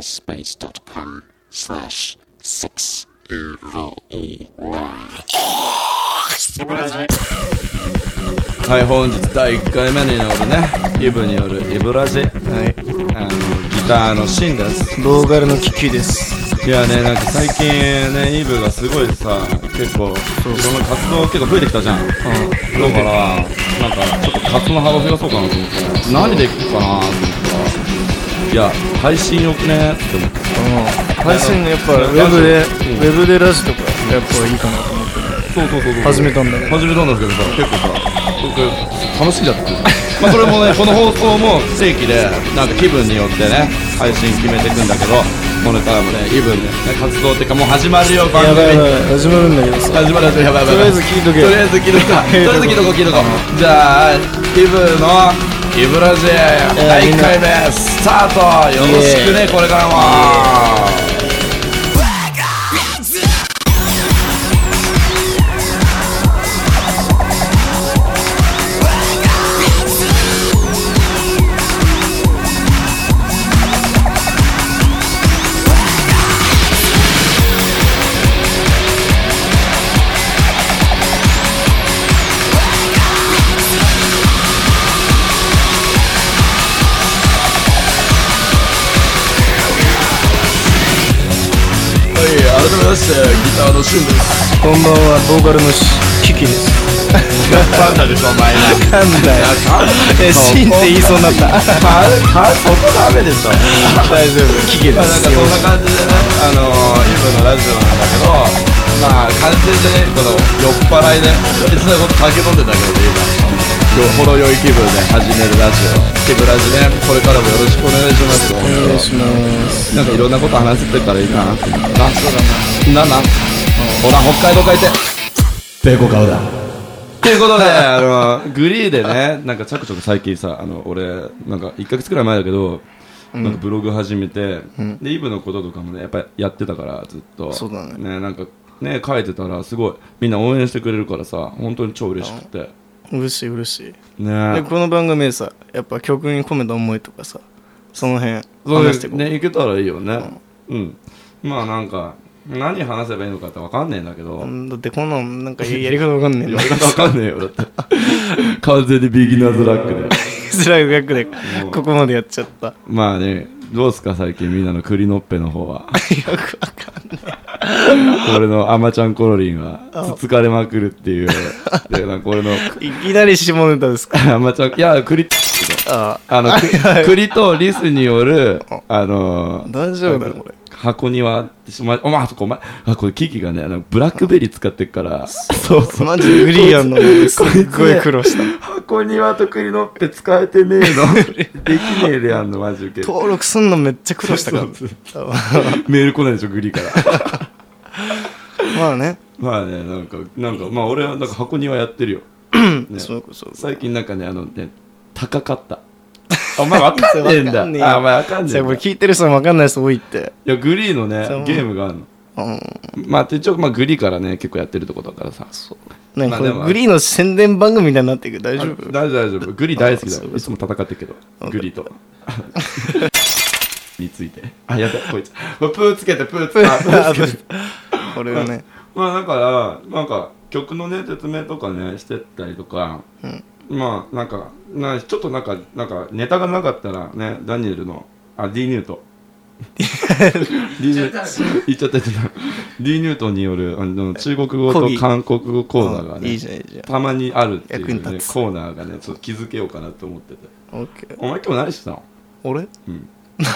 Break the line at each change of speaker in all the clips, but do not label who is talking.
www.myspace.com slash E 6EVE9
はい、本日第1回目によるね、イブによるイブラジ、
はい、
あの、ギターのシンです。
ローガルのキキです。
いやね、なんか最近ね、イブがすごいさ、結構、その活動結構増えてきたじゃん。だから、なんか、ちょっと活動の幅増やそうかなと思って、何でいくかなと思ったら、いや、配信よくねって思って。
配信ねやっぱウェブで、ウェブでラジとかやっぱいいかなと思って
そうそうそうそう。
始めたんだけど、
始めたんですけどさ、結構さ、僕、楽しんじゃってる。まあ、それもね、この放送も不正規で、なんか気分によってね、配信決めていくんだけど、これからもね、イブンで、ね、活動っていうか、もう始まるよ、番
や
組
ばい。やばい始まるんだけどさ、
始まるやつやばいやばい。
とりあえず聞いとけよ
とりあえず聞いとけ。とりあえず聞いとこう、聞いとこう。じゃあ、イブの、イブラジ
ー
第1回目、スタートよろしくね、これからも。はい、改めまして、ギターのシュンです。
こんばんはボーカルのしキキです。
パンダでしょ、お前ら。
なんだよ。 え、シンって言いそうになった。
あれ、あれ、そこダメでしょ。
大丈夫、キキで
まあ、なん
す
か。そんな感じでね、あのー、イブのラジオなんだけど、まあ、完全にね、この酔っ払いで、いつも酒飲んでたけどね、今。よほど良い気分で始めるラジオ。イブラジね、これからもよろしくお願いしますよ。
お願いします。
なんかいろんなこと話せてたらいいな。あ、そうだな。なな。ほら、北海道書いて。
ベコ買うだ。
ということで、あの、グリーでね、なんかちょくちょく最近さ、あの、俺、なんか1ヶ月くらい前だけど、なんかブログ始めて、で、イブのこととかもね、やっぱりやってたから、ずっと。
そうだね
なんか、ね、書いてたら、すごい、みんな応援してくれるからさ、本当に超嬉しくて。
嬉しい嬉しい。で、
ね
この番組でさ、やっぱ曲に込めた思いとかさ、その辺
そうで
話して
す
いこう。
ね、いけたらいいよね。うん。まあなんか、何話せばいいのかってわかんねえんだけど、
うんだってこんなんなんか ややり方わかんねえん
や
だ
り方わかんねえよ、だって。完全にビギナーズラックで。
スラグ学でここまでやっちゃ った。
まあね、どうすか最近みんなの栗のっぺの方は。
よくわかんない。
俺のアマちゃんコロリンは、つつかれまくるっていう。で、なんか俺の、
いきなり下ネタですか
アマちゃん、いや、栗、
ああ
あの、栗栗とリスによる、あの、
大丈夫だこれ
箱庭ってしま、お前、あそこ、お前、あ、これキキがね、あの、ブラックベリー使ってっから、そうそう。
マジグリーアンのすっごい苦労した
箱庭と栗のっぺ使えてねえの。できねえであんの、マジ受け。
登録すんのめっちゃ苦労したから
そうメール来ないでしょ、グリーから。
まあね
まあね、なんか、なんか、まあ俺はなんか箱庭やってるよ。ね
そうそう
最近なんかね、あのね、高かった。 あ、お前わかんねえんだ。
わかんねえよ
あ、お前わかんね
じ
え
ゃあ
ん
こ
だ。
れ
い
聞いてる人も分かんない人多いって
や、グリーのね
そう、
ゲームがあるの。
うん
まあ、一応、まあ、グリーからね、結構やってるとこだからさ。
なん
ま
か
あ
こ
で
れ
も
グリーの宣伝番組みたいになってるけど大丈夫
大丈夫、大丈夫。グリー大好きだ
あそ
よ。
う
いつも戦ってるけど、グリー と。について。あ、やべ、こ いつ。これプーつけて、プー つけて。あプーつけて
これをね
まあ、だから、なんか、曲のね、説明とかね、してったりとか、まあ、なんか、なちょっとなんか、なんか、ネタがなかったらね、ダニエルの、あ、D ニュー トン。D ニュートン言っちゃった言っちゃった D ニュートンによるあの中国語と
講義
韓国語講座がね
いいじゃんいいじゃん
たまにあるっていう、ね、
役に
コ
立つ
ーナーがねちょっと気づけようかなと思ってて
オッケー
お前今日何してたの
俺
うん
な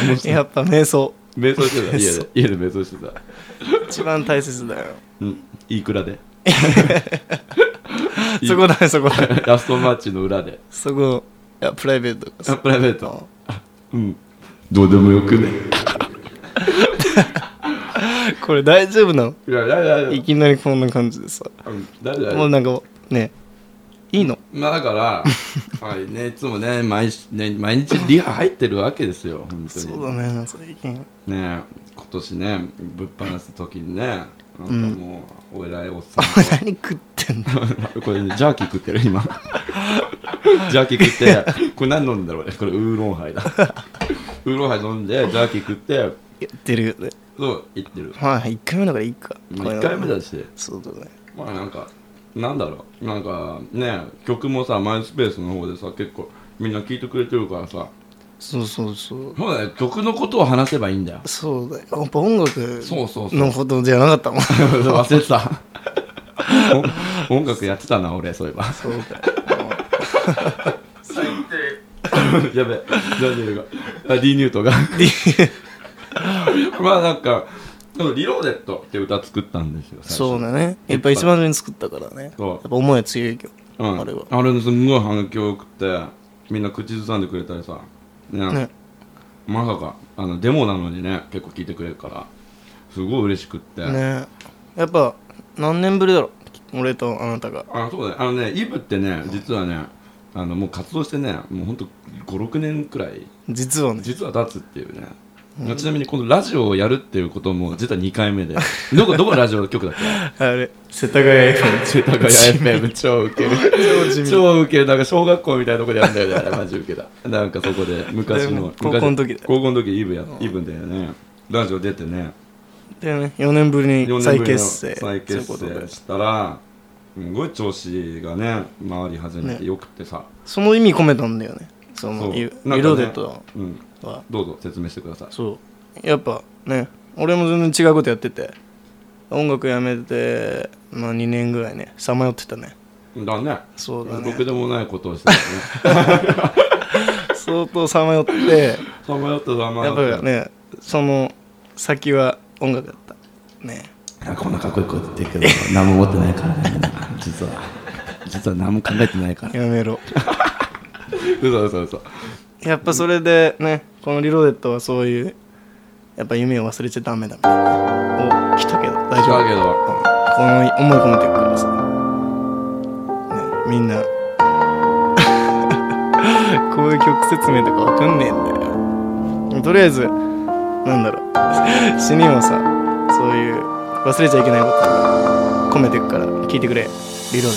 んもやっぱ瞑想
瞑想してた家
そ
で家で瞑想してた
一番大切だよ
うんいくらで い
そこだねそこ だね
ラストマッチの裏で
そこいやプライベート
あプライベートうんどうでもよくね
これ大丈夫なの
いやいやいやい
い
や
きなりこんな感じでさ
うん大丈夫
もうなんかねいいの
まあだ から、はいね、いつもね毎日ね、毎日リハ入ってるわけですよ、本当に。
そうだね最近
ね今年ね、ぶっ放す時にね、なんかもう、お偉いおっさん
お前何食ってってんの
これね、ジャーキー食ってる 今ジャーキー食ってこれ何飲んだろうねこれウーロンハイだウーロンハイ飲んでジャーキー食って
言ってるよね
そう言ってる
まあ1回目だからいいか
まあ1回目だし
そうだね
まあなんかなんだろうなんかね曲もさマイスペースの方でさ結構みんな聴いてくれてるからさ
そうそうそう
そうだよ曲のことを話せばいいんだ よ
そうだよやっぱ音楽
そうそうそう
のことじゃなかったもん
忘れてた音楽やってたな俺そういえば
そうだよ
やべダニエルがあ D ニュー トがまあなんかでもリローデットって歌作ったんですよ最初
そうだねやっぱ一番初に作ったからねやっぱ
そう
思いは強いけど、
うん、
あれは
あれのすんごい反響をくってみんな口ずさんでくれたりさ、ね
ね
まさかあのデモなのにね結構聞いてくれるからすごい嬉しくって、
ねやっぱ何年ぶりだろ俺とあなたが
あそうだねあのねイブってね実はねあのもう活動してねもうほんと56年くらい
実はね
実は立つっていうね、ちなみにこのラジオをやるっていうことも実は2回目で どこどこのラジオ局だっけ
あれ世田谷 FM
世田谷 FM 超ウケる
超地味
超ウケるなんか小学校みたいなとこでやるんだよねあれマジウケだなんかそこで昔の
だいぶ高校の時だ
昔高校の時イブやイブだよねラジオ出てね
でね4年ぶり
4
に
年
再
ぶりの
結成
再結
ということ
成
で
したらすごい調子がね回り始めて
ね
よくてさ、
その意味込めたんだよねその
そう
ゆ
なんかね
リローデット
うん、
は
どうぞ説明してください
そうやっぱね俺も全然違うことやってて音楽やめて、まあ、2年ぐらいねさまよってたね
だね
そうだ
ろく
ね
でもないことをしてるね
相当さまよって
さまよったさま
や
よ
っ
った
ぱねその先は音楽だったね
なんかこんなかっこいいこと言ってるけど何も持ってないからね実は 実は何も考えてないから
やめろ
嘘嘘嘘
やっぱそれでねこのリローデットはそういうやっぱ夢を忘れちゃダメだみたいなお来たけど大丈夫
だけど
この思い込めていくからさ、ね、みんな こういう曲説明とかわかんねえんだよとりあえずなんだろう 死にもさそういう忘れちゃいけないこと込めていくから聞いてくれリロード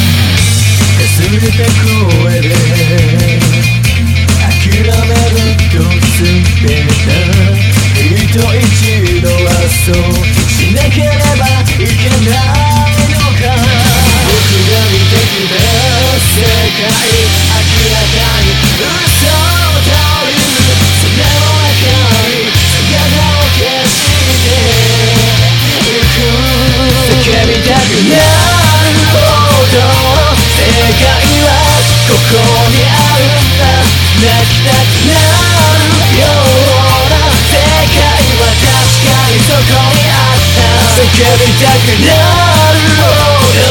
霞んだ声で諦めると捨てた一と一度はそうしなければいけないのか僕が見てきた世界明らかに嘘を倒るその中に姿を消していく叫びたくなるほど世界はここにあるんだ泣きたくなるほどような世界は確かにそこにあった叫びたくな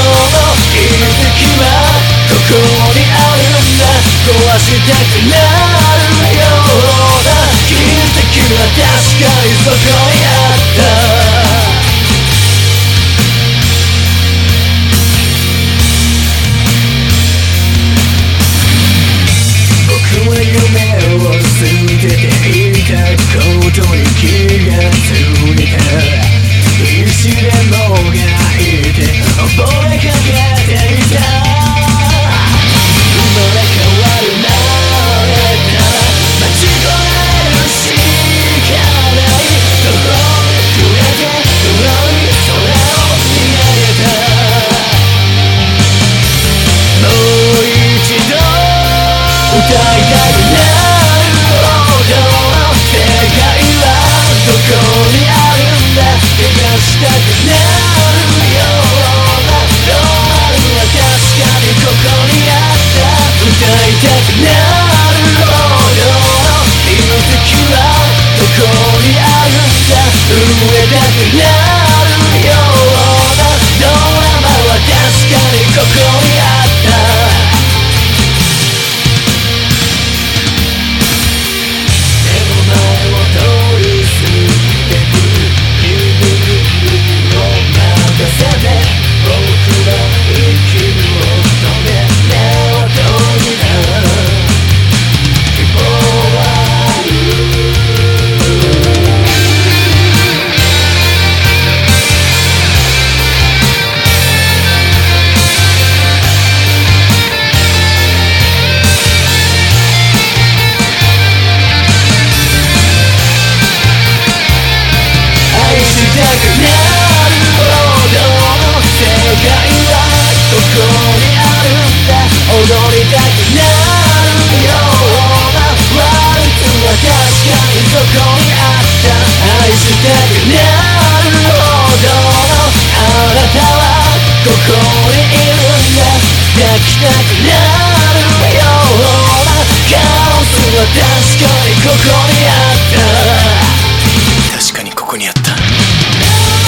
になるほどあなたはここにいるんだ泣きたくなるようなカオスは確かにここにあった確かにここにあった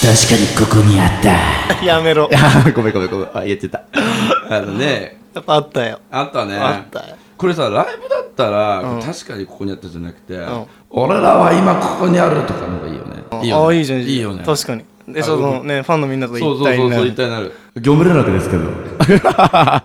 確かにここにあった。
やめろ。
あごめんごめんごめん。あ、言ってた。あのね、
やっぱあったよ。
あったね。
あったよ
これさ、ライブだったら、
うん
確かにここにあったじゃなくて、
ん
俺らは今ここにあるとかの方がいいよね。よね
ああ、いいじゃん、
いいよね。
確かに。で、そのね、ファンのみんなと
そう
一
そう
体
そ
に
う
な
そう、
る
一。体になる。業務連絡ですけど。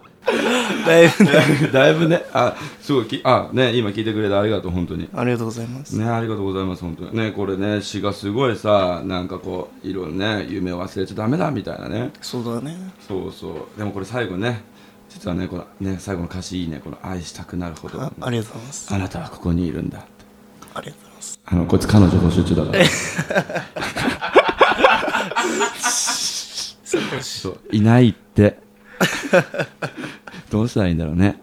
だいぶね
だいぶね、あ、すごいき、あ、ね、今聞いてくれてありがとう、本当に。
ありがとうございます。
ね、ありがとうございます、本当に。ね、これね、詩がすごいさ、なんかこう、いろんなね、夢を忘れちゃダメだ、みたいなね。
そうだね。
そうそう。でもこれ最後ね、実はね、この、ね、最後の歌詞いいね、この、愛したくなるほど。
あありがとうございます。
あなたはここにいるんだって。
ありがとうございます。
あの、こいつ彼女募集中だから。そう、いないって。どうしたらいいんだろうね。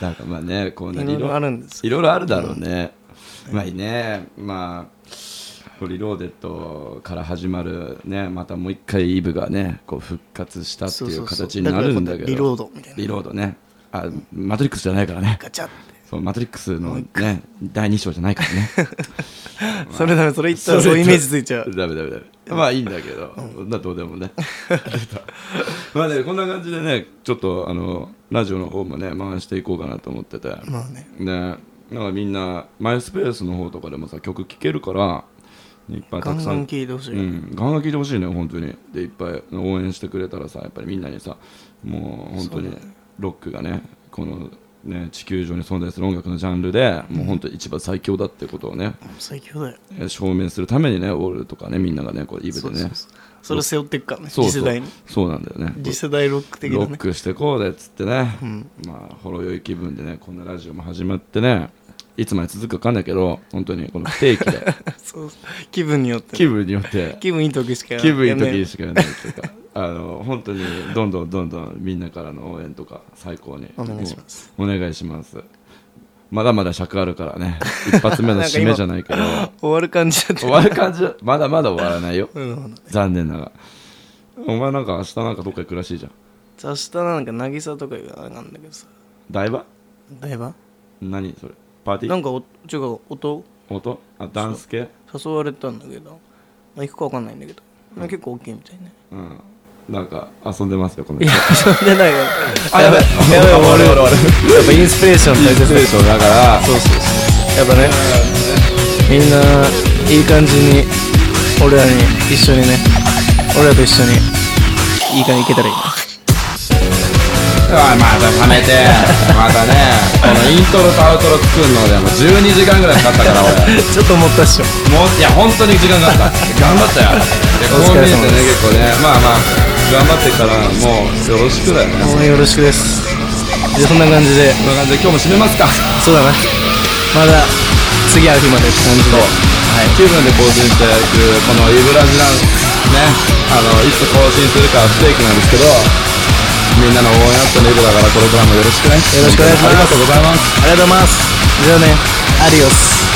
なんかまあね、こうね、
いろいろあるんです
いろいろあるだろうね。まあいいね、まあ、こうリローデットから始まるね、またもう一回イブがね、こう復活したって
そう
い
そううそう
形になるんだけど。
だからこうリロードみたいな
リロードね。あ、マトリックスじゃないからね。
ガチャって。
そう、マトリックスのね、第2章じゃないからね。
それだめ、それ言ったらそうイメージついちゃう。
ダメダメダメ。まあいいんだけど、そんなどうでもね。 まあね、こんな感じでね、ちょっとあの、ラジオの方もね、回していこうかなと思ってて。
まあね。
ね、なんかみんな、マイスペースの方とかでもさ、曲聴けるから、いっぱい
ガ
たく
ン
さ
ガ
ん
ン。聞いてほし
う
い。
ん、ガンガン聴いてほしいね、本当に。で、いっぱい応援してくれたらさ、やっぱりみんなにさ、もう本当にロックがね、この、ね、地球上に存在する音楽のジャンルで、もう本当に一番最強だってことをね、
最強だよ。
えー証明するためにね、オールとかね、みんながね、こう、イブ
そ
で
うそう
ね、
そう。それを背負っていくからね、
そう
次
そ
世
う
代に。
そうなんだよね。
次世代ロック的
ロ
な
ッ
ね。
クしてこうでっつってね、まあ、ほろ酔い気分でね、こんなラジオも始まってね、いつまで続くかわかんないけど、本当にこの不定期で、
そうそう気分によってね。
気分によって、
気分いい時しか
気分いい時
やめ
にしかやらないというか、あの、本当にどんどんどんどんみんなからの応援とか、最高に。
お願いします
もう。お願いします。まだまだ尺あるから ね、一発目の締めじゃないけど、
終わる感じだった
終わる感じ、まだまだ終わらないよ。
うんうん
残念ながらお前なんか明日なんかどっか行くらしいじゃん
明日なんか渚とかいうあれなんだけどさ
台場
台場
何それパーティ
な
ー
んかお違う音
音あダンス系
誘われたんだけど、まあ、行くか分かんないんだけど、まあ、結構大きいみたいね
うんなんか遊んでますよこの
い
人
やそれじゃないよ
あやべえ
やばい終わる終わるやっぱインスピレーション大切
でしょだから
そうそうそうやっぱねみんないい感じに俺らに一緒にね俺らと一緒にいい感じいけたらいいな
あまた貯めてまたねこのイントロとアウトロ作るのでもう12時間ぐらいかかったから俺
ちょっと思ったっしょ
もういや本当に時間があった頑張ったよでこう見えてね結構ねまあまあ頑張ってからもうよろしくだよね
応援よろしくですじゃあそんな感じで
こんな感じで今日も締めますか
そうだなまだ次会う日までって感じで
はい、気分で更新していくこのイブラジなんねあのいつ更新するかは不定期なんですけどみんなの応援あってのイブだからこれからもよろしくね
よろしくお願いし
あ
ます
りがとうございます
ありがとうございますじゃあねアディオス